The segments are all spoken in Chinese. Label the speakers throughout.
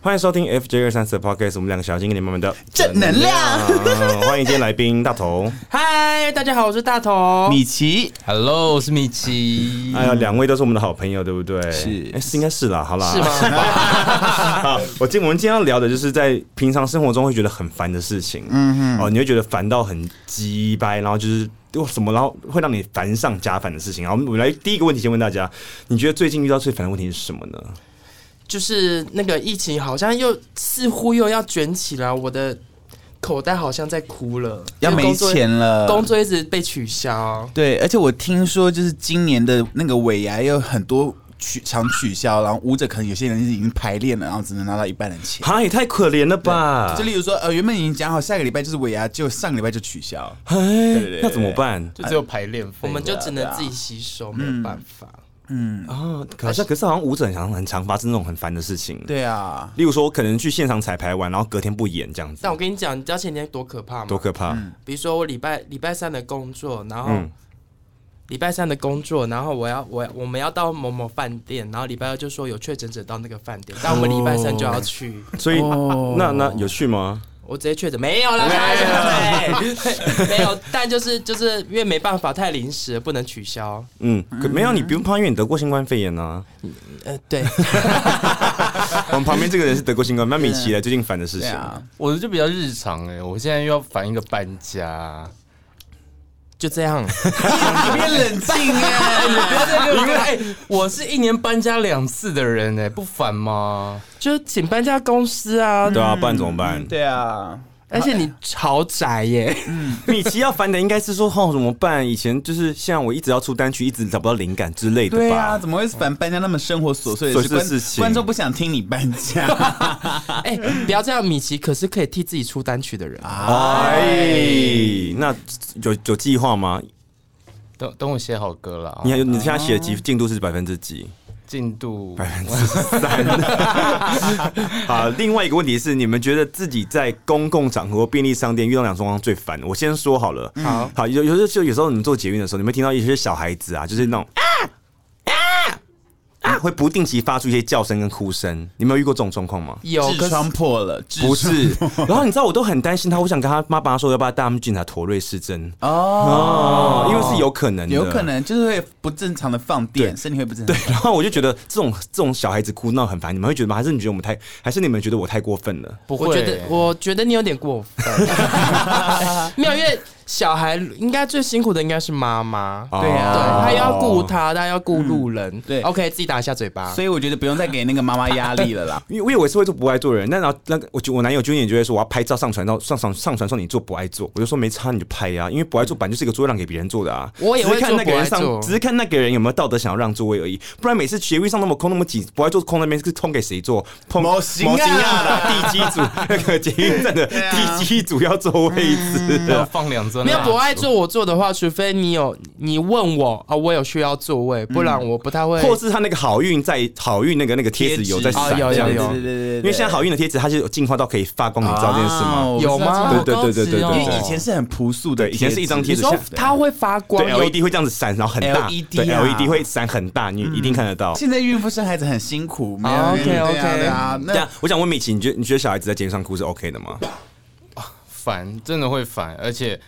Speaker 1: 欢迎收听 FJ 二三四 Podcast，我们两个小精灵慢慢的
Speaker 2: 正能量。
Speaker 1: 欢迎今天来宾大头，
Speaker 3: 嗨，大家好，我是大头。
Speaker 2: 米奇，
Speaker 4: 哦 Hello，我是米奇。
Speaker 1: 哎呀，两位都是我们的好朋友，对不对？
Speaker 2: 是
Speaker 1: 哎是应该是啦，好啦，
Speaker 3: 是吗？
Speaker 1: 好，我今我们今天要聊的就是在平常生活中会觉得很烦的事情，嗯哼，哦，你会觉得烦到很鸡掰，然后就是哇什么，然后会让你烦上加烦的事情。然后我们我们来第一个问题，先问大家，你觉得最近遇到最烦的问题是什么呢？
Speaker 3: 就是那个疫情好像又似乎又要卷起来，我的口袋好像在哭了，
Speaker 2: 要
Speaker 3: 因为
Speaker 2: 没
Speaker 3: 工作
Speaker 2: 钱了。
Speaker 3: 工作一直被取消。
Speaker 2: 对，而且我听说就是今年的那个尾牙有很多取常取消，然后舞者可能有些人已经排练了，然后只能拿到一半的钱。
Speaker 1: 哈，也太可怜了吧
Speaker 2: 就！例如说，呃，原本已经讲好下个礼拜就是尾牙，就上个礼拜就取消。
Speaker 1: 哎，那怎么办？
Speaker 4: 就只有排练费，
Speaker 3: 我们就只能自己吸收，没有办法。
Speaker 2: 嗯
Speaker 1: 啊，可是可是好像舞者很常很常发生那种很烦的事情，
Speaker 2: 对啊，
Speaker 1: 例如说我可能去现场彩排完，然后隔天不演这样子
Speaker 3: 但，我跟你讲，你知道前天多可怕
Speaker 1: 多
Speaker 3: 吗？
Speaker 1: 可怕！
Speaker 2: 嗯
Speaker 3: 比如说我礼拜礼拜三的工作，然后
Speaker 1: 嗯
Speaker 3: 礼拜三的工作，然后我要我我们要到某某饭店，然后礼拜二就说有确诊者到那个饭店，但我们礼拜三就要去。
Speaker 1: 所以
Speaker 2: 哦
Speaker 1: 那那有趣吗？
Speaker 3: 我直接确诊没有啦，开玩笑的哎没有，但就是就是因为没办法，太临时了不能取消。
Speaker 1: 嗯，可没有，你不用怕，因为你得过新冠肺炎啊。
Speaker 3: 呃，对，
Speaker 1: 我们旁边这个人是德国新冠，那米奇来最近烦的事
Speaker 2: 对
Speaker 1: 情，
Speaker 2: 啊，
Speaker 4: 我的就比较日常哎、我现在又要烦一个搬家，
Speaker 3: 就这样。
Speaker 2: 你变冷静
Speaker 3: 啊
Speaker 2: 哎，
Speaker 4: 因为、哎我是一年搬家两次的人哎、不烦吗？
Speaker 3: 就请搬家公司啊，
Speaker 1: 对啊，不然怎么办？
Speaker 2: 对啊，
Speaker 3: 而且你豪宅耶，
Speaker 1: 米奇要烦的应该是说，哦，怎么办？以前就是像我一直要出单曲，一直找不到灵感之类的
Speaker 2: 对啊，
Speaker 1: 吧。
Speaker 2: 怎么会烦搬家那么生活琐碎
Speaker 1: 琐碎
Speaker 2: 的事？观
Speaker 1: 事情
Speaker 2: 观众不想听你搬家
Speaker 3: 哎、不要这样，米奇可是可以替自己出单曲的人啊。
Speaker 1: 哎，那有有计划吗？
Speaker 4: 等等我写好歌啦，
Speaker 1: 你还有你现在写的
Speaker 2: 哦
Speaker 1: 进进度是百分之几？
Speaker 4: 进度
Speaker 1: 百分之 三。好，啊另外一个问题是，你们觉得自己在公共场合、便利商店遇到两种状况最烦？我先说好了。
Speaker 3: 嗯好，
Speaker 1: 好，有有时候就有时候你们做捷运的时候，你会听到一些小孩子啊，就是那种啊啊啊，会不定期发出一些叫声跟哭声。你们有遇过这种状况吗？
Speaker 3: 有
Speaker 2: 痔
Speaker 3: 可是
Speaker 2: 疮破了，痔
Speaker 1: 不
Speaker 2: 疮
Speaker 1: 是，然后你知道我都很担心他，我想跟他妈爸说要不要带他们警察妥瑞市政
Speaker 2: 哦，
Speaker 1: 哦，因为是有可能的，
Speaker 2: 有可。能就是会不正常的放电，身体会不正常
Speaker 1: 对。，然后我就觉得这种这种小孩子哭闹很烦，你们会觉得吗？还是你觉得我们太，还是你们觉得我太过分了？
Speaker 4: 不会、
Speaker 3: 我觉得，我觉得你有点过分。 没有，因为小孩应该最辛苦的应该是妈妈，
Speaker 1: 哦。
Speaker 2: 对啊
Speaker 3: 对，她又要顾他，她又要顾路人。
Speaker 2: 对
Speaker 3: ，OK，自己打一下嘴巴。
Speaker 2: 所以我觉得不用再给那个妈妈压力了啦
Speaker 1: 因为我以为是会做不爱做的人，那然后那个我就我男友就也就会说我要拍照上传到上上上传说你做不爱做，我就说没差你就拍呀、因为不爱做本来就是一个座位让给别人做的啊。
Speaker 3: 嗯我也
Speaker 1: 只是
Speaker 3: 会
Speaker 1: 看
Speaker 3: 做
Speaker 1: 那个人
Speaker 3: 不爱
Speaker 1: 上，
Speaker 3: 做
Speaker 1: 只是看那个人有没有道德想要让座位而已，不然每次学位上那么空那么挤，不爱做空那边是空给谁坐？碰
Speaker 2: 某型啊
Speaker 1: 某型亚的 地基组那个捷运站的
Speaker 3: 啊
Speaker 1: 地基组要坐位
Speaker 4: 要
Speaker 1: 置。
Speaker 4: 放两尊蜡
Speaker 3: 没有
Speaker 4: 烛。
Speaker 1: 啊
Speaker 3: 不爱做我做的话，除非你有你问我啊，我有需要座位，不然我不太会。
Speaker 1: 或是他那个好运在好运那个那个贴纸有在
Speaker 3: 啊
Speaker 1: 闪，
Speaker 3: 有
Speaker 1: 这样子
Speaker 3: 有有
Speaker 2: 对对对对，
Speaker 1: 因为现在好运的贴纸它是有进化到可以发光，你知道这件事吗？
Speaker 2: 哦
Speaker 3: 啊有吗
Speaker 2: 我不知道
Speaker 1: 对对对对对
Speaker 2: 这
Speaker 1: 对
Speaker 2: 个因哦为以前是很朴素的
Speaker 1: 对以
Speaker 2: 贴纸，
Speaker 1: 前是一张贴
Speaker 3: 你
Speaker 1: 纸
Speaker 3: 说它会发光，
Speaker 1: 对 E
Speaker 3: 有
Speaker 1: LED 会这样子闪，然后很大
Speaker 2: LED
Speaker 1: 对
Speaker 2: 啊嗯
Speaker 1: LED 会闪很大，你一定看得到。
Speaker 2: 现在孕妇生孩子很辛苦，没有
Speaker 3: 啊
Speaker 2: 对啊
Speaker 3: OK，OK
Speaker 2: 对啊，
Speaker 1: 对
Speaker 2: 那
Speaker 1: 啊，我想问米奇，你觉得你觉得小孩子在街上哭是 OK 的吗？
Speaker 4: 烦，真的会烦，而且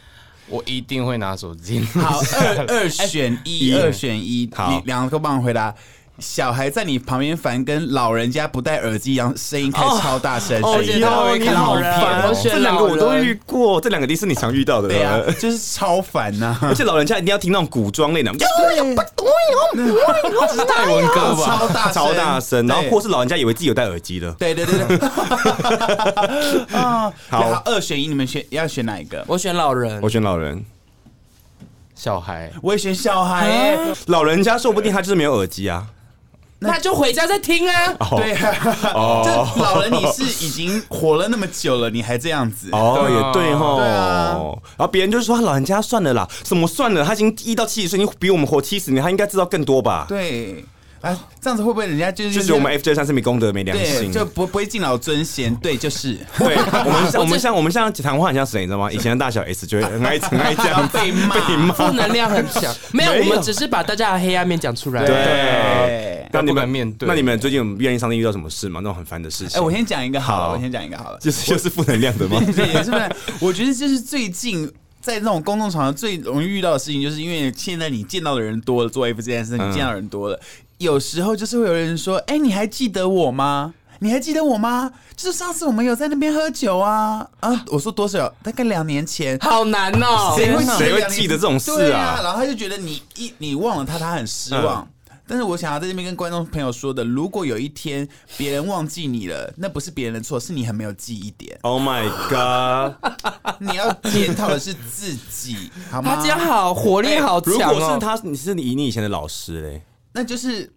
Speaker 4: 我一定会拿手机。
Speaker 2: 好 二二选一，
Speaker 1: 哎一
Speaker 2: 二选一，
Speaker 1: 好
Speaker 2: 你两个帮我回答。小孩在你旁边烦，跟老人家不戴耳机一样，声音开超大声。
Speaker 3: 哎
Speaker 1: 哦
Speaker 2: 声音
Speaker 1: 哟
Speaker 2: 大
Speaker 1: 你好
Speaker 3: 烦哦
Speaker 1: 这两个我都遇过，这两个一定是你常遇到的。
Speaker 2: 对啊，就是超烦呐、
Speaker 1: 而且老人家一定要听那种古装类 的，
Speaker 4: 这是泰 文歌吧？
Speaker 2: 超大声
Speaker 1: 超大声，然后
Speaker 2: 对
Speaker 1: 或是老人家以为自己有戴耳机的。
Speaker 2: 对对对对，啊，
Speaker 1: 好
Speaker 2: 好，二选一，你们选要选哪一个？
Speaker 3: 我选老人
Speaker 1: 我，选老人，
Speaker 4: 小孩，
Speaker 2: 我也选小孩、欸，
Speaker 1: 老人家说不定他就是没有耳机啊。
Speaker 3: 那就回家再听啊。
Speaker 1: 哦
Speaker 2: 对啊， 这老人你是已经活了那么久了，你还这样子，
Speaker 1: 哦，
Speaker 4: 对啊
Speaker 1: 也对吼
Speaker 2: 对啊。
Speaker 1: 然后别人就说啊老人家算了啦，什么算了，他已经一到七十岁，你比我们活七十年，他应该知道更多吧？
Speaker 2: 对。哎，这样子会不会人家就是
Speaker 1: 就是我们 FJ 三是没公德没良
Speaker 2: 对
Speaker 1: 心，
Speaker 2: 就不不会敬老尊贤？对，就是。
Speaker 1: 对，我 们像我们像我们像谈话很像谁，你知道吗？以前的大小 S 就会很爱很爱这样子
Speaker 2: 被骂
Speaker 1: 被骂，
Speaker 3: 负能量很强。没有，
Speaker 1: 没有
Speaker 3: 我们只是把大家的黑暗面讲出来。
Speaker 1: 对
Speaker 2: 对
Speaker 1: 那你
Speaker 4: 不
Speaker 1: 们
Speaker 4: 敢面对
Speaker 1: 那你们最近有愿意上帝遇到什么事吗？那种很烦的事情？
Speaker 2: 哎，我先讲一个好了，
Speaker 1: 好
Speaker 2: 我先讲一个好了。
Speaker 1: 就是就是负能量的 吗？
Speaker 2: 对，也是不然。我觉得就是最近在那种公众场合最容易遇到的事情，就是因为现在你见到的人多了，做 F 这件事
Speaker 1: 嗯
Speaker 2: 你见到的人多了，有时候就是会有人说：“哎、你还记得我吗？”你还记得我吗？就是上次我们有在那边喝酒啊啊！我说多少？大概两年前。
Speaker 3: 好难哦、
Speaker 2: 谁会
Speaker 1: 天哪
Speaker 2: 谁
Speaker 1: 谁会记得这种事啊
Speaker 2: 对啊？然后他就觉得你一你忘了他，他很失望。
Speaker 1: 嗯
Speaker 2: 但是我想要在这边跟观众朋友说的，如果有一天别人忘记你了，那不是别人的错，是你很没有记忆点。
Speaker 1: Oh my god！
Speaker 2: 你要检讨的是自 己，好吗？
Speaker 3: 他这样好火
Speaker 2: 哎
Speaker 3: 力好
Speaker 1: 如
Speaker 3: 强
Speaker 1: 果
Speaker 3: 哦、
Speaker 1: 是他，你是你以你以前的老师嘞，
Speaker 2: 那就是，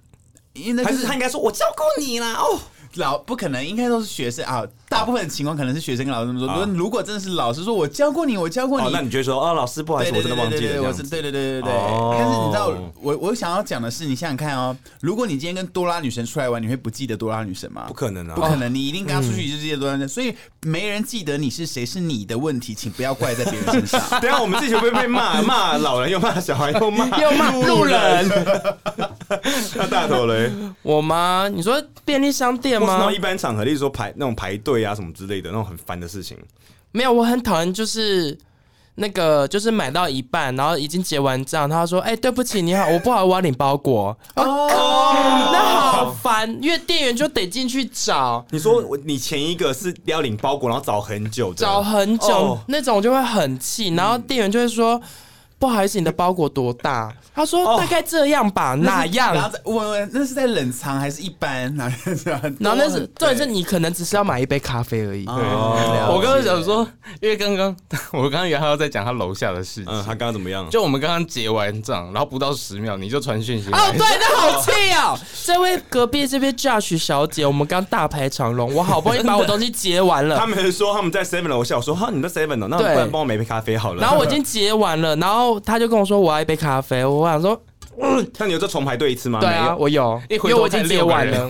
Speaker 2: 因为那
Speaker 1: 还
Speaker 2: 就是是
Speaker 1: 他应该说我照顾你啦？哦，
Speaker 2: 老不可能，应该都是学生啊。大部分情况可能是学生跟老师这么说。
Speaker 1: 啊
Speaker 2: 如果如果真的是老师说，我教过你，我教过
Speaker 1: 哦，
Speaker 2: 你，
Speaker 1: 那你就会说哦，老师不好意
Speaker 2: 对
Speaker 1: 思，
Speaker 2: 对
Speaker 1: 我
Speaker 2: 对
Speaker 1: 真的
Speaker 2: 对
Speaker 1: 忘
Speaker 2: 对
Speaker 1: 记了
Speaker 2: 对，
Speaker 1: 这
Speaker 2: 我
Speaker 1: 样
Speaker 2: 是
Speaker 1: 子。
Speaker 2: 对对对对对。
Speaker 1: 哦
Speaker 2: 但是你知道，我我想要讲的是，你想想看哦，如果你今天跟多拉女神出来玩，你会不记得多拉女神吗？
Speaker 1: 不可能啊
Speaker 2: 不可能，你一定跟她出去就记得多拉女神，所以没人记得你是谁是你的问题，请不要怪在别人 身上。
Speaker 1: 等一下我们自己会不会被骂，骂老人又骂小孩又 骂
Speaker 3: 又骂路人，
Speaker 1: 那大头嘞？
Speaker 3: 我吗？你说便利商店
Speaker 1: 或是那
Speaker 3: 吗
Speaker 1: 种一？般场合，例如说排那种排队啊什么之类的那种很烦的事情，
Speaker 3: 没有，我很讨厌就是那个，就是买到一半，然后已经结完账，他说：“哎、对不起，你好，我不好，我要领包裹。哦”那好烦，因为店员就得进去找。
Speaker 1: 你说我你前一个是要领包裹，然后找很久的，
Speaker 3: 找很久、
Speaker 1: 哦
Speaker 3: 那种就会很气，然后店员就会说。不好意思，你的包裹多大？他说
Speaker 1: 哦
Speaker 3: 大概这样吧，
Speaker 2: 然
Speaker 3: 哪
Speaker 2: 后
Speaker 3: 样？
Speaker 2: 再问问那是在冷藏还是一般？ 然后
Speaker 3: 然后那是，重
Speaker 2: 对，
Speaker 3: 点是你可能只是要买一杯咖啡而已。
Speaker 1: 哦
Speaker 4: 我刚刚想说，因为刚刚 我刚刚原来要在讲他楼下的事
Speaker 1: 嗯，他
Speaker 4: 情，
Speaker 1: 刚刚怎么样？
Speaker 4: 就我们刚刚结完账，然后不到十秒你就传讯息
Speaker 3: 哦，
Speaker 4: 来
Speaker 3: 对，，那好气哦！ 这位隔壁这位 Josh 小姐，我们刚大排长龙，我好不容易把我东西结完
Speaker 1: 他
Speaker 3: 了，
Speaker 1: 们说他们在 Seven 楼下，我说哈，你们在 Seven 哦，那
Speaker 3: 对
Speaker 1: 不然帮我买一杯咖啡好了。
Speaker 3: 然后我已经结完了，然后他就跟我说我要一杯咖啡，我想说，
Speaker 1: 那你有再重排队一次吗？
Speaker 3: 对
Speaker 1: 没
Speaker 3: 啊，
Speaker 1: 有，
Speaker 3: 我有，
Speaker 4: 一
Speaker 3: 因
Speaker 4: 回
Speaker 3: 为
Speaker 4: 头
Speaker 3: 我已经
Speaker 4: 看
Speaker 3: 结
Speaker 4: 六个
Speaker 3: 完
Speaker 4: 人
Speaker 3: 了。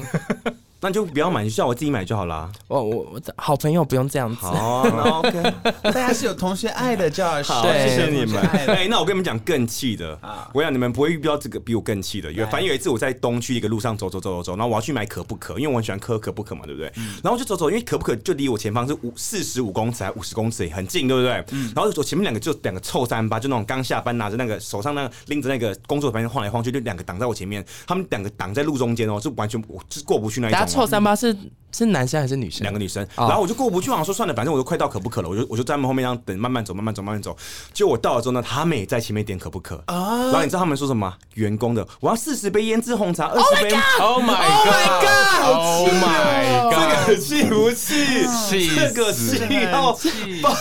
Speaker 1: 那就不要买，就叫我自己买就好 啦。
Speaker 3: 我我我的好朋友不用这样子，
Speaker 1: 好啊，OK，
Speaker 2: 大家是有同学爱的，叫
Speaker 1: 好，
Speaker 3: 对
Speaker 1: 谢谢你们。
Speaker 2: 爱
Speaker 1: 哎，那我跟你们讲更气的
Speaker 2: 啊，
Speaker 1: 我想你们不会遇到这个比我更气的。有，
Speaker 2: 来
Speaker 1: 反正有一次我在东区一个路上走走走走走，然后我要去买可不可，因为我很喜欢喝可不可嘛，对不对？然后我就走走，因为可不可就离我前方是五四十五公尺还五十公尺，很近，对不对？然后我前面两个就两个臭三八，就那种刚下班拿着那个手上那个拎着那个工作反正晃来晃去，就两个挡在我前面，他们两个挡在路中间哦，就完全我就是过不去那一种
Speaker 3: 大家
Speaker 1: 哦。
Speaker 3: 臭三八是是男生还是女生？
Speaker 1: 两个女生，
Speaker 3: 哦
Speaker 1: 然后我就过不去，我想说算了，反正我都快到可不可了，我就我就在他们后面这样等，慢慢走，慢慢走，慢慢走。结果我到了之后呢，他们也在前面点可不可啊？然后你知道他们说什么吗？员工的，我要四十杯胭脂红茶，二十杯。
Speaker 4: Oh my god！Oh
Speaker 1: 哦
Speaker 4: my god！
Speaker 1: 这个气不气？
Speaker 4: 气
Speaker 1: 这个气哦！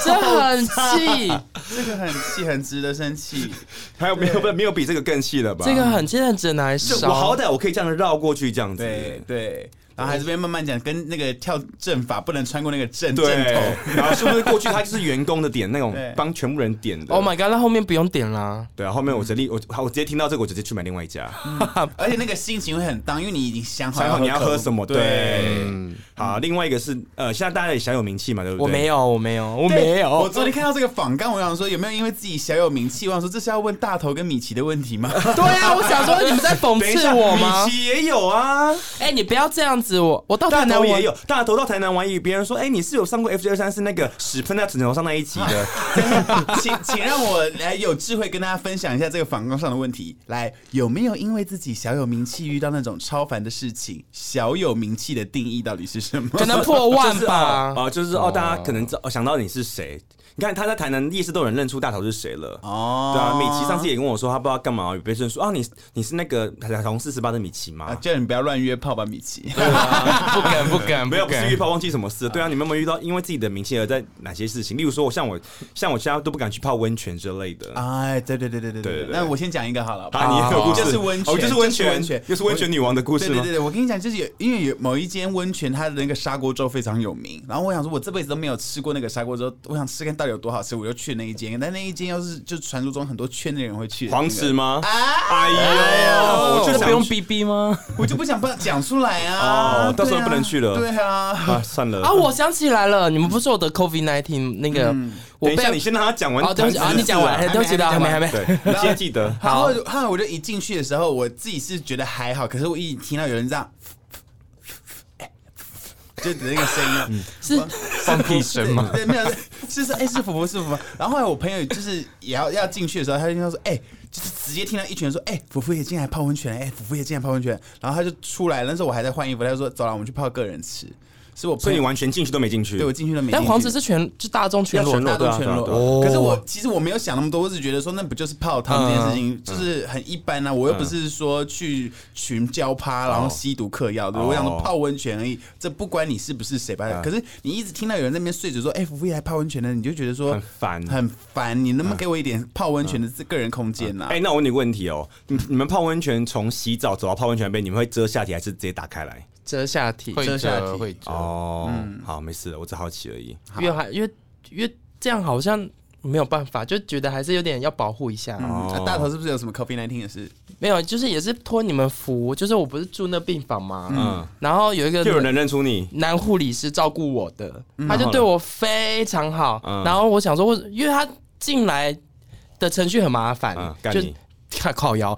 Speaker 3: 这很气，
Speaker 2: 这个很气，很值得生气。
Speaker 1: 还有没有没有比这个更气了吧？
Speaker 3: 这个很现在只能拿来
Speaker 1: 就
Speaker 3: 烧。
Speaker 1: 我好歹我可以这样绕过去这样子。
Speaker 2: 对对，然后还这边慢慢讲，跟那个跳阵法不能穿过那个阵
Speaker 1: 对
Speaker 2: 阵头。，
Speaker 1: 然后是不是过去他就是员工的点那种
Speaker 2: 对
Speaker 1: 帮全部人点的
Speaker 3: Oh my god！那后面不用点啦，
Speaker 1: 对啊，后面我直接我我直接听到这个，我直接去买另外一家。
Speaker 2: 而且那个心情会很荡，因为你已经想好
Speaker 1: 想好你要
Speaker 2: 可
Speaker 1: 喝什么，对
Speaker 2: 对，，
Speaker 1: 好，另外一个是呃，现在大家也小有名气嘛，对不对？
Speaker 3: 我没
Speaker 1: 有，
Speaker 3: 有，我没有，我没有。
Speaker 2: 我昨天看到这个访纲，我想说有没有因为自己小有名气，我想说这是要问大头跟米奇的问题吗？
Speaker 3: 对啊，我想 说你们在讽
Speaker 1: 等一
Speaker 3: 刺
Speaker 1: 下，
Speaker 3: 我吗
Speaker 1: 米？奇也有啊，
Speaker 3: 哎，你不要这样子，我我到
Speaker 1: 大
Speaker 3: 台南
Speaker 1: 头也
Speaker 3: 玩，
Speaker 1: 有，大头到台南玩，别人说，哎，你是有上过 F 二三，是那个屎喷在枕头上那一集 的，
Speaker 2: 请请让我来有智慧跟大家分享一下这个访纲上的问题。来，有没有因为自己小有名气遇到那种超凡的事情？小有名气的定义到底是什么？
Speaker 3: 可能破 万吧。
Speaker 1: 啊，就是哦，大家可能知道哦想到你是谁，你看他在台南夜市都有人认出大头是谁了。
Speaker 2: 哦，
Speaker 1: 对啊，米奇上次也跟我说，他不知道干嘛，有被人说啊，你你是那个彩虹四十八的米奇吗
Speaker 2: 啊，？叫你不要乱约炮吧，米奇。
Speaker 1: 对
Speaker 4: 不敢不 敢，
Speaker 1: 没有，
Speaker 4: 不
Speaker 1: 不是遇
Speaker 4: 敢。
Speaker 1: 泡忘记什么事了。对啊，你们有没有遇到因为自己的名气而在哪些事情？例如说，我像我，像我现在都不敢去泡温泉之类的。
Speaker 2: 哎，对对对对对
Speaker 1: 对对对
Speaker 2: 那我先讲一个好了，
Speaker 1: 啊，你也有故事，
Speaker 2: 就是温泉，
Speaker 1: 哦，就是温泉，就是温泉女王的故
Speaker 2: 对
Speaker 1: 事
Speaker 2: 对
Speaker 1: 吗
Speaker 2: 对？对，我跟你讲，就是有，因为有某一间温泉，它的那个砂锅粥非常有名。然后我想说，我这辈子都没有吃过那个砂锅粥，我想吃看到底有多好吃，我就去那一间。但那一间又是就传说中很多圈内人会去的那个
Speaker 1: 黄池吗？哎呦，
Speaker 3: 哦
Speaker 1: 我
Speaker 4: 这
Speaker 1: 就
Speaker 4: 个不用
Speaker 1: 想去
Speaker 4: B B 吗？
Speaker 2: 我啊就不想把它讲出来啊。
Speaker 1: 哦到时候
Speaker 2: 对啊
Speaker 1: 不能去了
Speaker 2: 对啊，
Speaker 1: 啊，算了
Speaker 3: 啊，我想起来了，你们不是我的 COVID nineteen 那个，我
Speaker 1: 等一
Speaker 3: 被
Speaker 1: 下，你先让他讲完
Speaker 3: 哦，对不起啊，
Speaker 1: 谈
Speaker 3: 你
Speaker 1: 资
Speaker 3: 讲完，
Speaker 1: 啊
Speaker 3: 哎对不起，对还没还没。
Speaker 1: 对，你先记得。
Speaker 2: 然后后来我就一进去的时候，我自己是觉得还好，可是我一听到有人这样， 就那个声音啊，
Speaker 3: 是
Speaker 4: 放屁声吗？
Speaker 2: 对，没有，是是哎，是福福是福福。然后后来我朋友就是也要要进去的时候，他就听到说，哎、就是直接听到一群人说，哎、福福也进来泡温泉，哎、福福也进来泡温泉。然后他就出来，那时候我还在换衣服，他就说，走了，我们去泡个人池。是我
Speaker 1: 所
Speaker 2: 朋
Speaker 1: 以你
Speaker 2: 友，
Speaker 1: 完全进去都没进去
Speaker 2: 对。我进去了没进去？
Speaker 3: 但黄子是全就大众全
Speaker 1: 要
Speaker 3: 裸
Speaker 1: 全，裸
Speaker 2: 大众
Speaker 1: 对啊
Speaker 2: 全
Speaker 1: 对啊
Speaker 2: 裸。
Speaker 1: 对啊
Speaker 2: 可是我其实我没有想那么多，我只觉得说那不就是泡汤这件事
Speaker 1: 嗯
Speaker 2: 情，就是很一般啊。我又不是说去群交趴，然后吸毒嗑药的，
Speaker 1: 哦嗯
Speaker 2: 我想说泡温泉而已，这不管你是不是谁吧。可是你一直听到有人在那边睡着说：“哎，福福也来泡温泉的”，你就觉得说
Speaker 1: 很嗯烦
Speaker 2: 很烦。你能不能给我一点泡温泉的这个人空间啊呐？
Speaker 1: 哎，那我问你个问题哦，你你们泡温泉从洗澡走到泡温泉杯，你们会遮下体还是直接打开来？
Speaker 3: 遮下体，
Speaker 4: 会
Speaker 2: 遮下
Speaker 4: 折
Speaker 2: 体
Speaker 4: 会折，
Speaker 1: 哦，好，没事了，我只好奇而已。
Speaker 3: 越还越越这样好像没有办法，就觉得还是有点要保护一下。
Speaker 2: 嗯啊
Speaker 1: 哦
Speaker 2: 大头是不是有什么 COVID 1 9的事？
Speaker 3: 没有，就是也是托你们福，就是我不是住那病房嘛，
Speaker 1: 嗯，
Speaker 3: 然后有一个
Speaker 1: 就有人认出你，
Speaker 3: 男护理师照顾我的，他就对我非常好。
Speaker 1: 嗯
Speaker 3: 然后我想说我，因为他进来的程序很麻烦，
Speaker 1: 嗯干
Speaker 3: 就
Speaker 1: 你
Speaker 3: 看靠腰，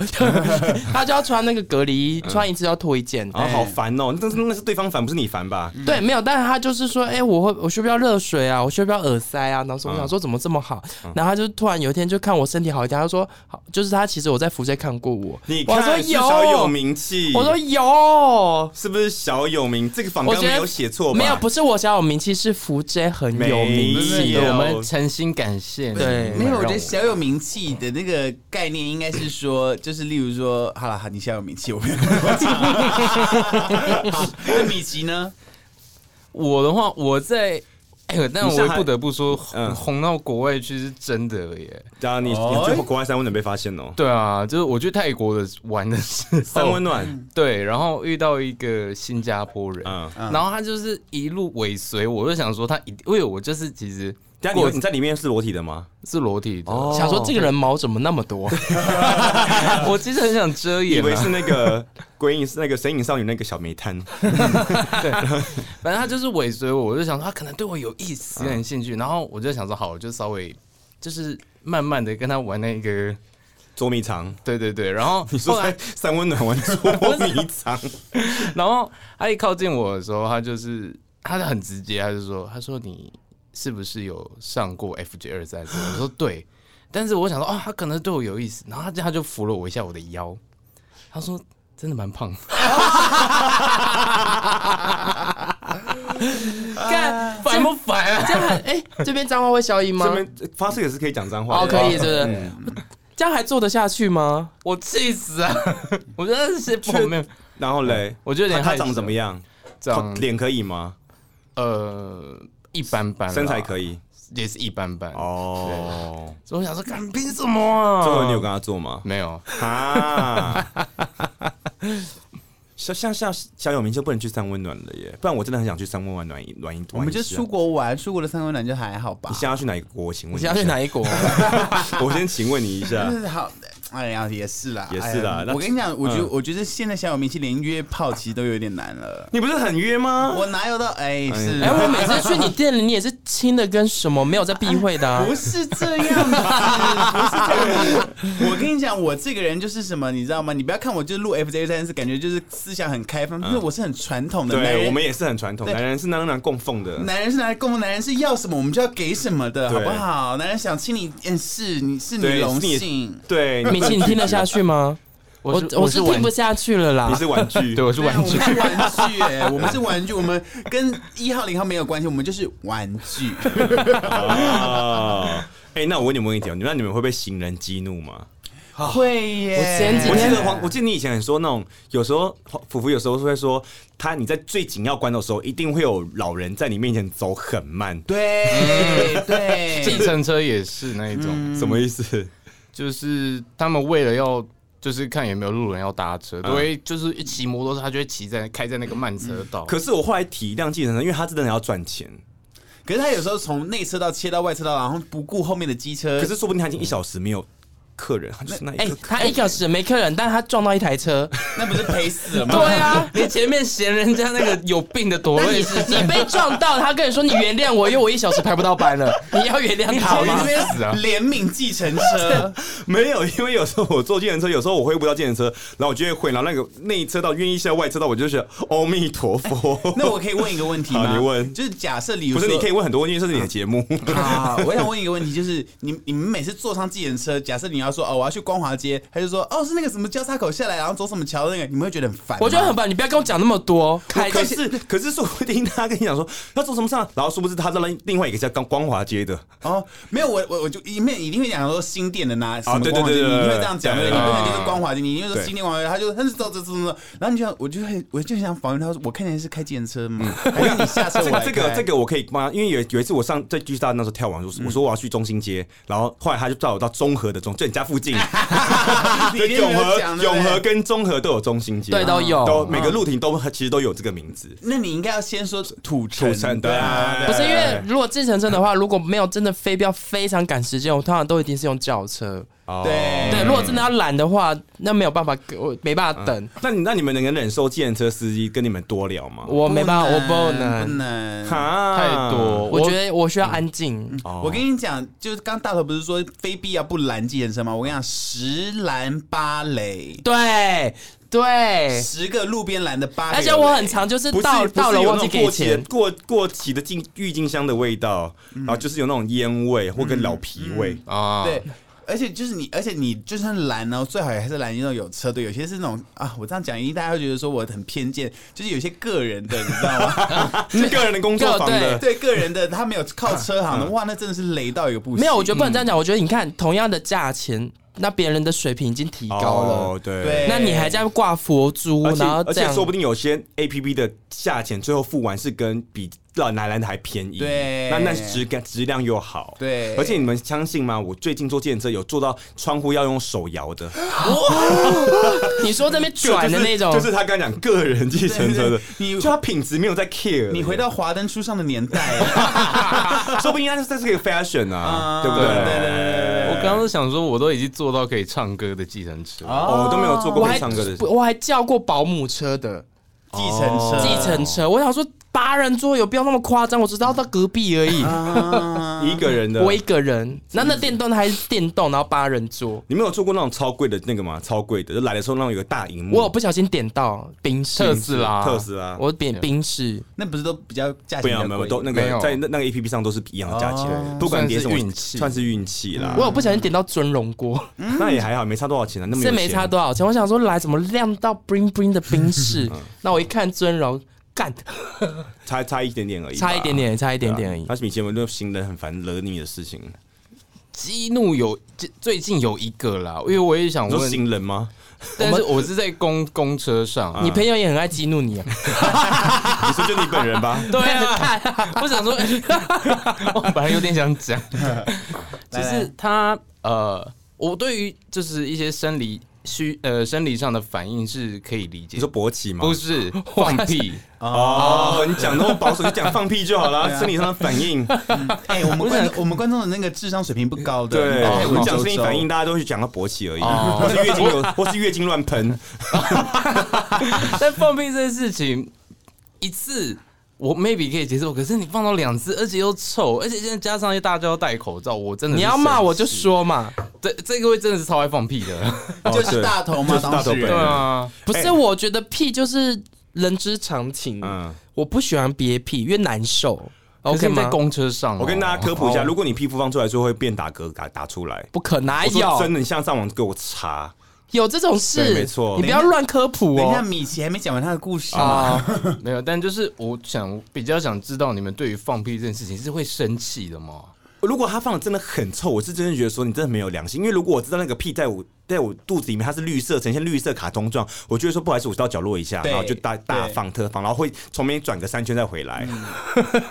Speaker 3: 他就要穿那个隔离衣，穿一次要脱一件。
Speaker 1: 啊，好烦嗯哦！那是那是对方烦，不是你烦吧？
Speaker 3: 对，没有，但是他就是说，哎、我会我需不需要热水啊？我需不需要耳塞啊？然后说我想说怎么这么好，
Speaker 1: 嗯
Speaker 3: 然后他就突然有一天就看我身体好一点，他说好，就是他其实我在福建看过我，
Speaker 1: 你
Speaker 3: 我说
Speaker 1: 看，是小有
Speaker 3: 有，
Speaker 1: 名气，
Speaker 3: 我说有，
Speaker 1: 是不是小有名？这个访
Speaker 3: 我
Speaker 1: 纲
Speaker 3: 觉得
Speaker 1: 没有写错吧？
Speaker 3: 没有，不是我小有名气，是福建很有名
Speaker 1: 没
Speaker 3: 气
Speaker 1: 有
Speaker 3: 的
Speaker 4: 我
Speaker 3: 我们。
Speaker 4: 们诚心感谢你。
Speaker 3: 对
Speaker 2: 没有，我觉得小有名气的那个概念应该是说，就是例如说，好了，好你小有名气，我没有。 那米奇呢？
Speaker 4: 我的话，我在。哎呦，但
Speaker 1: 你
Speaker 4: 我
Speaker 1: 上
Speaker 4: 也
Speaker 1: 海
Speaker 4: 不得不说，
Speaker 1: 嗯
Speaker 4: 红红到国外去是真的耶。
Speaker 1: 对
Speaker 3: 哎
Speaker 1: 啊，你
Speaker 2: 哦
Speaker 1: 你最后国外三温暖被发现哦，
Speaker 4: 对啊，就是我去泰国的玩的时候，
Speaker 1: 三温暖，
Speaker 4: 对，然后遇到一个新加坡人，
Speaker 3: 哦
Speaker 1: 嗯，
Speaker 2: 嗯
Speaker 4: 然后他就是一路尾随我，我就想说他一定，因为我就是其实
Speaker 1: 等一下你有你在里面是裸体的吗？
Speaker 4: 是裸体的，
Speaker 1: 哦
Speaker 3: 想说这个人毛怎么那么多？
Speaker 4: 我其实很想遮
Speaker 1: 以
Speaker 4: 掩
Speaker 1: 为
Speaker 4: 啊，
Speaker 1: 是那个鬼影那个神隐少女那个小煤 炭，
Speaker 4: 反正他就是尾随我，我就想说他可能对我有意思，有点兴趣，然后我就想说好，我就稍微就是慢慢的跟他玩那个，
Speaker 1: 捉迷藏。
Speaker 4: 对对对，然后
Speaker 1: 你
Speaker 4: 后
Speaker 1: 说
Speaker 4: 来
Speaker 1: 在三温暖玩捉迷 藏，
Speaker 4: 然后他一靠近我的时候，他就是他很直接，他就说：“他说你是不是有上过 FJ 二三四？”我说：“对。”但是我想说，哦，他可能对我有意思，然后他就他就扶了我一下我的腰，他说：“真的蛮胖。
Speaker 3: 干”
Speaker 4: 烦不烦
Speaker 3: 这
Speaker 4: 啊？
Speaker 3: 样还哎、这边脏话会消音吗
Speaker 1: 这？边发誓也是可以讲脏话
Speaker 3: 哦，
Speaker 1: 的，
Speaker 3: 可以，是不是？
Speaker 1: 嗯
Speaker 3: 这样还做得下去吗？
Speaker 4: 我气死啊！ 我真的是
Speaker 1: 确
Speaker 4: 我没有，
Speaker 1: 然后
Speaker 3: 嗯
Speaker 1: 嘞，
Speaker 4: 我就有点
Speaker 1: 他他
Speaker 4: 害羞
Speaker 1: 长怎么样？
Speaker 3: 啊
Speaker 4: 长
Speaker 1: 脸可以吗？
Speaker 4: 呃一般般啦，
Speaker 1: 身材可以
Speaker 4: 也是一般般。
Speaker 1: 哦。
Speaker 4: 所以我想说，干凭什么啊？
Speaker 1: 最后你有跟他做吗？
Speaker 4: 没有？
Speaker 1: 啊！像像像小有名就不能去三温暖了耶，不然我真的很想去三温暖暖一暖一。
Speaker 2: 我们就
Speaker 1: 暖一下
Speaker 2: 出国啊玩，出国的三温暖就还好吧
Speaker 1: 你。现在要去哪一个国？请问一
Speaker 3: 你
Speaker 1: 下
Speaker 3: 想要去？哪一国？啊
Speaker 1: 我先请问你一下
Speaker 2: 就，是好，哎呀，也是啦，
Speaker 1: 也是啦
Speaker 2: 哎呀
Speaker 1: 那
Speaker 2: 我跟你讲，我觉得
Speaker 1: 嗯
Speaker 2: 我觉得现在小有名气连约炮其实都有点难了。
Speaker 1: 你不是很约吗？
Speaker 2: 我哪有到哎是？
Speaker 3: 哎、我每次去你店里，你也是亲的跟什么，没有在避讳的、啊
Speaker 2: 不。是这样子，不是这样子。我跟你讲，我这个人就是什么，你知道吗？你不要看我就是录 FJ 三是，感觉就是思想很开放，就是我是很传统的男
Speaker 1: 对，
Speaker 2: 人。
Speaker 1: 我们也是很传统，
Speaker 2: 对
Speaker 1: 男人是男人供奉的。
Speaker 2: 男人是拿来供奉，男人是要什么我们就要给什么的，
Speaker 1: 对
Speaker 2: 好不好？男人想亲你，嗯，是你是你
Speaker 1: 对
Speaker 2: 荣
Speaker 1: 是你
Speaker 2: 幸。
Speaker 1: 对，
Speaker 3: 米奇，你听得下去吗？我
Speaker 4: 是
Speaker 3: 我是
Speaker 4: 玩
Speaker 3: 听不下去了
Speaker 1: 你
Speaker 3: 啦。
Speaker 1: 是玩具，
Speaker 4: 对，我是
Speaker 2: 啊 对啊
Speaker 4: 玩
Speaker 2: 我
Speaker 4: 具
Speaker 2: 们。是玩具、哎，我们是玩具，我们跟一号零号没有关系，我们就是玩具。
Speaker 1: 哦啊。哎，那我问你们一条，你们那你们会被行人激怒吗？
Speaker 2: 会耶！
Speaker 3: 我前几
Speaker 1: 我记
Speaker 3: 天
Speaker 1: 得黄，我记得你以前很说那种，有时候福福有时候是会说，他你在最紧要关头的时候，一定会有老人在你面前走很慢，
Speaker 2: 对
Speaker 4: 计
Speaker 2: 对，
Speaker 4: 程车也是那一种，
Speaker 3: 嗯
Speaker 1: 什么意思？
Speaker 4: 就是他们为了要。就是看有没有路人要搭车，都会就是一骑摩托车，他就会骑在开在那个慢车道。
Speaker 1: 嗯可是我后来体谅计程车，因为他真的要赚钱，
Speaker 2: 可是他有时候从内车道切到外车道，然后不顾后面的机车。
Speaker 1: 可是说不定他已经一小时没有客人，他就是那一
Speaker 3: 哎、
Speaker 1: 个客
Speaker 3: 他一小时没客人，但他撞到一台车。
Speaker 2: 那不是赔死了吗？
Speaker 3: 对 啊，
Speaker 4: 你前面嫌人家那个有病的多
Speaker 3: 那
Speaker 4: 瑞
Speaker 3: 你
Speaker 4: 士
Speaker 3: 你被撞到，他跟你说你原谅我，因为我一小时排不到班了， 你要原谅他
Speaker 2: 好吗
Speaker 3: 吗？？
Speaker 4: 死啊
Speaker 2: 怜悯计程车，
Speaker 1: 没有，因为有时候我坐计程车，有时候我会不到计程车，然后我就会会，然后那个那一车道愿意下外车道，我就觉得阿弥陀佛。
Speaker 2: 那我可以问一个问题吗？
Speaker 1: 好你问
Speaker 2: 就是假设例如
Speaker 1: 不
Speaker 2: 说，
Speaker 1: 是，你可以问很多问题，这是你的节 目。
Speaker 2: 啊，我想问一个问题，就是你你们每次坐上计程车，假设你要说哦我要去光华街，他就说哦是那个什么交叉口下来，然后走什么桥的那个，你们会觉得很烦吗？
Speaker 3: 我觉得很烦，你不要跟我讲那么多，开
Speaker 1: 可
Speaker 3: 哎就是
Speaker 1: 可是说不定他跟你讲说 要做什么上，然后殊不知他在另另外一个叫光光华街的，
Speaker 2: 哦，没有，我我我就一面一定会讲说新店的呐，什
Speaker 1: 啊
Speaker 2: 么
Speaker 1: 对
Speaker 2: 光华街，
Speaker 1: 对
Speaker 2: 你
Speaker 1: 对对
Speaker 2: 一定会
Speaker 1: 对
Speaker 2: 这样讲，对
Speaker 1: 对
Speaker 2: 你
Speaker 1: 对
Speaker 2: 不能
Speaker 4: 对
Speaker 2: 就是光华街，你一定就
Speaker 1: 对
Speaker 2: 说新店光华街，他就他是走走走走，然后你就想，我就很我就想访问他说，我看起来是开计程车吗？还是你下车
Speaker 1: 这
Speaker 2: 我
Speaker 1: 个
Speaker 2: 来
Speaker 1: 这个
Speaker 2: 开
Speaker 1: 这个我可以帮他，因为有有一次我上在巨大那时候跳完，我说我说我要去中心街，然后后来他就带我到中和的中，就你家附 近，
Speaker 2: 你
Speaker 1: 对
Speaker 2: 一定
Speaker 1: 永
Speaker 2: 没有
Speaker 1: 和
Speaker 2: 讲
Speaker 1: 永。
Speaker 2: 对
Speaker 1: 和
Speaker 2: 不对
Speaker 1: 跟中和都有中心街，
Speaker 3: 对都有嗯
Speaker 1: 都每个路亭都其实都有这个名字。
Speaker 2: 那你应该要先说土城，
Speaker 1: 土城
Speaker 2: 对啊，
Speaker 1: 对
Speaker 3: 不是因
Speaker 1: 哎
Speaker 3: 为如果计程车的话，如果没有真的飞镖非常赶时间，我通常都一定是用轿车。
Speaker 1: 哦
Speaker 2: 对
Speaker 3: 对，如果真的要懒的话，那没有办法，我没办法等，
Speaker 1: 那你那你们能忍受计程车司机跟你们多聊吗？
Speaker 3: 我没办法，我
Speaker 2: 不
Speaker 3: 不能。
Speaker 2: 能。
Speaker 1: 哈
Speaker 4: 太多，
Speaker 3: 我觉得我需要安静，
Speaker 1: 哦
Speaker 2: 我跟你讲，就是刚刚大头不是说非必要不拦计程车吗？我跟你讲，十拦八雷，
Speaker 3: 对对，
Speaker 2: 十个路边拦的八个有
Speaker 3: 而
Speaker 2: 雷，
Speaker 3: 且我很常就是
Speaker 1: 哎不是
Speaker 3: 到
Speaker 1: 不是
Speaker 3: 到了
Speaker 1: 有
Speaker 3: 忘
Speaker 1: 那
Speaker 3: 记
Speaker 1: 种
Speaker 3: 给
Speaker 1: 过期的
Speaker 3: 钱，
Speaker 1: 过过期的进郁金香的味道，然
Speaker 2: 嗯
Speaker 1: 后就是有那种烟味或跟老皮味。
Speaker 4: 啊，
Speaker 2: 对。而且就是你，而且你就算拦呢，最好也还是拦那种有车队。有些是那种啊，我这样讲，一定大家会觉得说我很偏见，就是有些个人的，你知道吗？
Speaker 1: 是个人的工作坊的，
Speaker 2: 对个人的，他没有靠车行的，
Speaker 1: 嗯
Speaker 2: 哇，那真的是雷到一个不行。
Speaker 3: 没有，我觉得不能这样讲。我觉得你看，同样的价钱，那别人的水平已经提高了，
Speaker 1: 哦，对
Speaker 2: 对
Speaker 3: 那你还在挂佛珠
Speaker 1: 而，且
Speaker 3: 然后
Speaker 1: 而
Speaker 3: 这
Speaker 1: 且
Speaker 3: 样
Speaker 1: 说不定有些 A P P 的价钱最后付完是跟比老南兰的还便宜，
Speaker 2: 对
Speaker 1: 那那质感质量又好，
Speaker 2: 对
Speaker 1: 而且你们相信吗？我最近坐电车有做到窗户要用手摇 的，
Speaker 3: 你 说这边转的那种，
Speaker 1: 就是就是他刚刚讲个人计程车的
Speaker 2: 对，对
Speaker 1: 就
Speaker 2: 你
Speaker 1: 他品质没有在 care，
Speaker 2: 你回到华灯初上的年代，
Speaker 1: 说不定他这是个 fashion 啊，
Speaker 2: 啊
Speaker 1: 对不对？
Speaker 2: 对对对
Speaker 4: 我刚刚想说，我都已经做到可以唱歌的计程车，
Speaker 1: 哦，我都没有做
Speaker 3: 我
Speaker 1: 过可
Speaker 3: 还
Speaker 1: 以唱歌的，
Speaker 3: 我还叫过保姆车的
Speaker 2: 计程
Speaker 1: 哦
Speaker 2: 车，
Speaker 3: 计程车，我想说八人桌有必要那么夸张，我只知道到隔壁而已，
Speaker 2: 啊，
Speaker 1: 一个人的
Speaker 3: 我一个人，那那电动的还是电动，然后八人桌，
Speaker 1: 你们有做过那种超贵的那个吗？超贵的，就来的时候那种有个大荧幕，
Speaker 3: 我有不小心点到冰
Speaker 4: 特
Speaker 3: 室，
Speaker 4: 斯拉，
Speaker 1: 嗯特斯拉，啊
Speaker 3: 我点冰室，
Speaker 2: 那不是都比较价
Speaker 1: 不
Speaker 2: 钱比
Speaker 1: 一
Speaker 2: 较
Speaker 1: 样，没有
Speaker 2: 贵？
Speaker 1: 都那
Speaker 4: 没
Speaker 1: 个
Speaker 4: 有
Speaker 1: 在那那个 A P P 上都是一样的价
Speaker 2: 哦
Speaker 1: 钱，不管点什么
Speaker 4: 算是运气
Speaker 1: 算是运气啦
Speaker 3: 嗯我。有不小心点到尊荣锅，
Speaker 1: 那也还好，没差多少钱啊，那么有钱
Speaker 3: 是没差。多少钱，我想说来怎么亮到 bling bling 的冰室，
Speaker 1: 嗯
Speaker 3: 那我一看尊荣，干，
Speaker 1: 差差一点点而已吧，
Speaker 3: 差一点点，差一点点而
Speaker 1: 对啊
Speaker 3: 已。
Speaker 1: 但是以前我们就行人很烦，惹你的事情，
Speaker 4: 激怒有最最近有一个啦，因为我也想
Speaker 1: 你说
Speaker 4: 问，
Speaker 1: 行人吗？
Speaker 4: 但是我是在公公车
Speaker 1: 啊
Speaker 4: 上，。
Speaker 3: 你朋友也很爱激怒你啊，
Speaker 1: 你说就你本人吧
Speaker 4: 对啊，我想说，我本来有点想讲，就
Speaker 2: 来
Speaker 4: 是他呃，我对于就是一些生理需呃生理上的反应是可以理解
Speaker 1: 你，说勃起吗？
Speaker 4: 不是放屁，
Speaker 1: 哦，你讲那么保守，你讲放屁就好了，生理上的反应。
Speaker 2: 哎，我们观我们观众的那个智商水平不高的，哎
Speaker 1: 对，哎
Speaker 2: 太
Speaker 1: 我
Speaker 2: 文
Speaker 1: 们讲
Speaker 2: 绉绉
Speaker 1: 生理反应，大家都是讲到勃起而已，
Speaker 4: 哦
Speaker 1: 或是月经有， 或是月经乱喷。
Speaker 4: 但放屁这件事情一次。我 maybe 可以接受，可是你放到两次，而且又臭，而且现在加上又大家要戴口罩，我真的
Speaker 3: 你
Speaker 4: 是
Speaker 3: 要骂
Speaker 4: 生
Speaker 3: 我就
Speaker 4: 气
Speaker 3: 说嘛，
Speaker 4: 对，这个位真的是超爱放屁的。
Speaker 1: 哦
Speaker 2: 就是大头
Speaker 1: 就
Speaker 2: 嘛
Speaker 1: 是大头
Speaker 2: 当事人
Speaker 1: 本人
Speaker 4: 啊，
Speaker 3: 不是，
Speaker 1: 哎
Speaker 3: 我觉得屁就是人之常情，
Speaker 1: 嗯
Speaker 3: 我不喜欢憋屁，因为难受
Speaker 4: 可
Speaker 3: ，OK
Speaker 4: 是你在
Speaker 3: 吗？
Speaker 4: 公车上哦、
Speaker 1: 我跟大家 科普一下，
Speaker 4: 哦
Speaker 1: 如果你皮肤放出来，就会变打嗝，打打出来。
Speaker 3: 不可
Speaker 2: 哎
Speaker 3: 哪
Speaker 1: 我说真
Speaker 3: 有
Speaker 1: 的，你像上网给我查，
Speaker 3: 有这种事？
Speaker 1: 对没错
Speaker 3: 你不要乱科普
Speaker 2: 等一下，
Speaker 3: 哦。
Speaker 2: 米奇还没讲完他的故事嘛？
Speaker 3: 啊，
Speaker 4: 没有，但就是我想比较想知道你们对于放屁这件事情是会生气的吗？
Speaker 1: 如果他放的真的很臭，我是真的觉得说你真的没有良心。因为如果我知道那个屁在我在我肚子里面它是绿色，呈现绿色卡通状，我就会说不好意思，我到角落一下，
Speaker 2: 对
Speaker 1: 然后就大大
Speaker 2: 对
Speaker 1: 放特放，然后会从那边转个三圈再回来，
Speaker 2: 嗯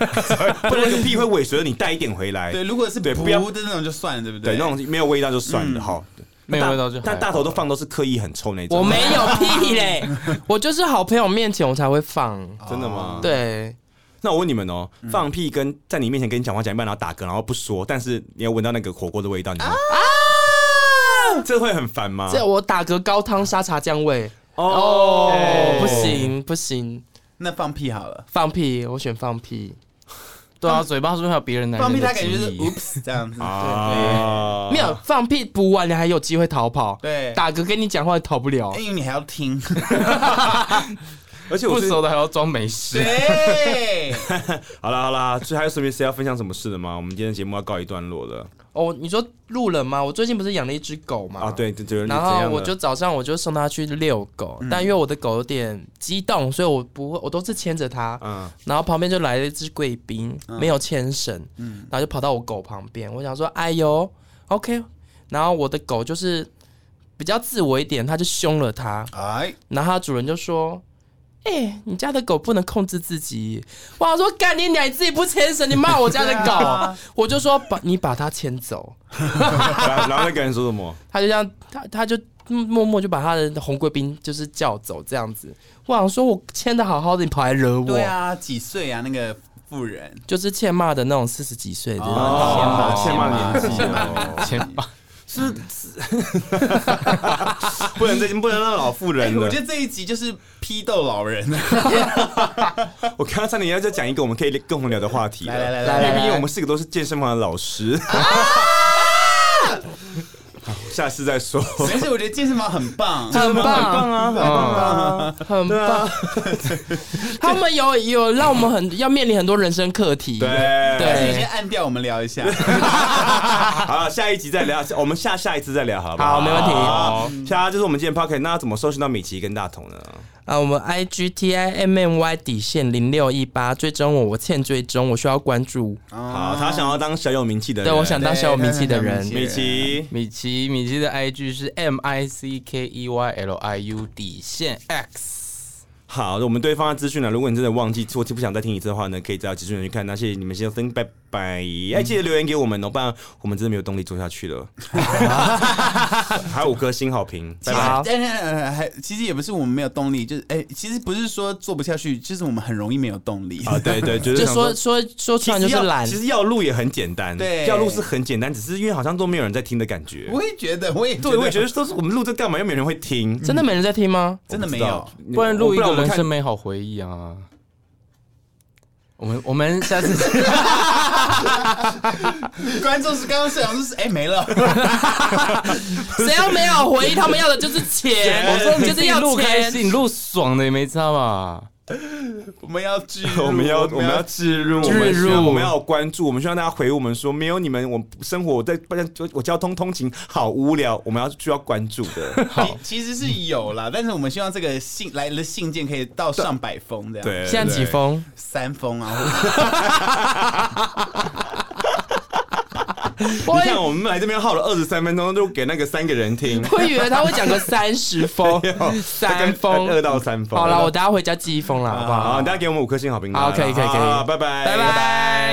Speaker 1: 不然那个屁会尾随着你带一点回来。
Speaker 2: 对，如果是
Speaker 1: 对
Speaker 2: 不
Speaker 1: 不要
Speaker 2: 的那种就算了，对不
Speaker 1: 对，嗯
Speaker 2: 对？
Speaker 1: 那种没有味道就算了哈，
Speaker 4: 没有味道就
Speaker 1: 但
Speaker 4: 还
Speaker 1: 大头
Speaker 4: 好
Speaker 1: 都放都是刻意很臭那种。
Speaker 3: 我没有屁 嘞，我就是好朋友面前我才会放。
Speaker 1: 真的吗？。
Speaker 3: 对，
Speaker 1: 那我问你们哦，放屁跟在你面前跟你讲话讲一半，然后打嗝，然后不说，但是你要闻到那个火锅的味道，你会这会很烦吗？
Speaker 3: 这我打嗝高汤沙茶酱味
Speaker 1: 哦
Speaker 3: 哦，不，行不行，
Speaker 2: 那放屁好了，
Speaker 3: 放屁，我选放屁。
Speaker 4: 对啊，嘴巴是不是还有别人男人
Speaker 2: 放屁
Speaker 4: 的
Speaker 2: 他感觉是
Speaker 4: 记忆
Speaker 2: oops 这样子，
Speaker 1: 啊，
Speaker 3: 没有放屁补完，你还有机会逃跑。
Speaker 2: 对
Speaker 3: 打嗝跟你讲话逃不了
Speaker 1: 哎
Speaker 2: 对，。因为你还要 听，
Speaker 1: 而且我
Speaker 4: 不
Speaker 1: 是
Speaker 4: 熟的还要装没事。
Speaker 2: 对，
Speaker 1: 好啦好啦，所以还有什么谁要分享什么事的吗？我们今天的节目要告一段落了
Speaker 3: 哦，你说路人吗？我最近不是养了一只狗吗？
Speaker 1: 啊，。对，就就
Speaker 3: 然后我就早上我就送它去遛狗，但因为我的狗有点激动，所以我不会，我都是牵着它。
Speaker 1: 嗯，
Speaker 3: 然后旁边就来了一只贵宾，没有牵绳，
Speaker 2: 嗯
Speaker 3: 然后就跑到我狗旁边。我想说，哎呦，OK。然后我的狗就是比较自我一点，它就凶了它。
Speaker 2: 哎，
Speaker 3: 然后它主人就说：“哎、你家的狗不能控制自己。”我想说：“干你娘！你自己不牵绳，你骂我家的
Speaker 2: 对
Speaker 3: 狗。
Speaker 2: 啊
Speaker 3: 我就说：“把你把它牵走。
Speaker 1: 然后然后那个人说什么？”
Speaker 3: 他就这样，他他就默默就把他的红贵宾就是叫走这样子。我想说，我牵的好好的，你跑来惹我，
Speaker 2: 对啊，几岁啊那个妇人？
Speaker 3: 就是欠骂的那种四十几岁的。
Speaker 1: 哦
Speaker 2: 天
Speaker 1: 欠骂
Speaker 2: 哪
Speaker 1: 年纪哦，
Speaker 4: 先把
Speaker 1: 不能这不能让老妇人
Speaker 2: 哎我
Speaker 1: 了
Speaker 2: 觉。得这一集就是批斗老 人，
Speaker 1: 我刚刚差点要再讲一个我们可以共同聊的话题了，
Speaker 2: 来来来
Speaker 3: 来
Speaker 1: 因
Speaker 3: 来
Speaker 1: 为
Speaker 3: 来啊
Speaker 1: 毕竟我们四个都是健身房的老师。 好下次再 说。
Speaker 2: 而且我觉得健身房很棒，
Speaker 3: 很棒，
Speaker 1: 很棒啊，很棒啊！
Speaker 3: 很
Speaker 1: 对
Speaker 3: 棒
Speaker 1: 啊！
Speaker 3: 他们有有让我们很要面临很多人生课题。
Speaker 1: 对
Speaker 2: 而且
Speaker 3: 对
Speaker 2: 有些按掉我们聊一下，
Speaker 1: 好，下一集再聊，我们下下一次再聊，好不
Speaker 3: 好没问题
Speaker 1: 好下就是我们今天 p o c k e t 那要怎么搜寻到米奇跟大同呢？
Speaker 3: 啊，我们 I G T I M M Y 底线零六一八追踪我，我欠追踪，我需要关注。
Speaker 1: 好，他想要当小有名气的人，
Speaker 3: 啊对，我想当小有名气的人
Speaker 2: 对。
Speaker 1: 米奇。
Speaker 4: 米奇，米奇的 IG 是 M I C K E Y L I U 底线哎 X。
Speaker 1: 好，我们对方的资讯呢？如果你真的忘记或者不想再听一次的话呢，可以再到资讯栏去看。那谢谢你们，先生，拜拜！哎，记得留言给我们哦，不然我们真的没有动力做下去了。还有五颗星好评，拜拜。
Speaker 3: 好
Speaker 2: 但是呃还其实也不是我们没有动力，就是哎，其实不是说做不下去，就是我们很容易没有动力。
Speaker 1: 啊，对对，就
Speaker 3: 就是
Speaker 1: 想
Speaker 3: 说说说
Speaker 1: 其
Speaker 3: 穿
Speaker 1: 实
Speaker 3: 就是
Speaker 1: 要
Speaker 3: 懒
Speaker 1: 其，实要录也很简单，
Speaker 2: 对
Speaker 1: 要录是很简单，只是因为好像都没有人在听的感觉。
Speaker 2: 我也觉得，我也
Speaker 1: 对，我也觉
Speaker 2: 得
Speaker 1: 得说是我们录这干嘛，又没有人会听，
Speaker 3: 真的没人在听吗？
Speaker 2: 真的没有。
Speaker 1: 你
Speaker 4: 不然
Speaker 1: 我
Speaker 4: 录一
Speaker 1: 然我
Speaker 4: 个
Speaker 1: 们
Speaker 4: 人
Speaker 1: 看
Speaker 4: 生美好回忆啊。我们我们下次
Speaker 2: 观众是刚刚是想说是哎没了，
Speaker 3: 谁要没有回应，他们要的就是钱。 我说你就是要
Speaker 4: 录开
Speaker 3: 钱。
Speaker 4: 心，你录爽的也没差吧？
Speaker 2: 我们要
Speaker 1: ，
Speaker 2: 剧
Speaker 1: 我们要我们要置入，
Speaker 3: 置入
Speaker 1: 我们需要我们要有关注，我们需要大家回我们说，没有你们，我生活我在不然我交通通勤好无聊，我们要需要关注 的。
Speaker 2: 其其实是有啦，但是我们希望这个信来的信件可以到上百封这样，，
Speaker 1: 对，
Speaker 3: 现在
Speaker 1: 对？
Speaker 3: 几封？
Speaker 2: 三封啊，
Speaker 1: 你看我们来这边耗了二十三分钟，就给那个三个人听，
Speaker 3: 会以为他会讲个三十封
Speaker 1: 有，
Speaker 3: 三封。
Speaker 1: 二到三封。
Speaker 3: 好了，我等下回家寄一封了，好不
Speaker 1: 好，
Speaker 3: 好？
Speaker 1: 大家给我们五颗星好评。
Speaker 3: 好可以可以可以
Speaker 1: 好拜拜，
Speaker 3: 拜拜。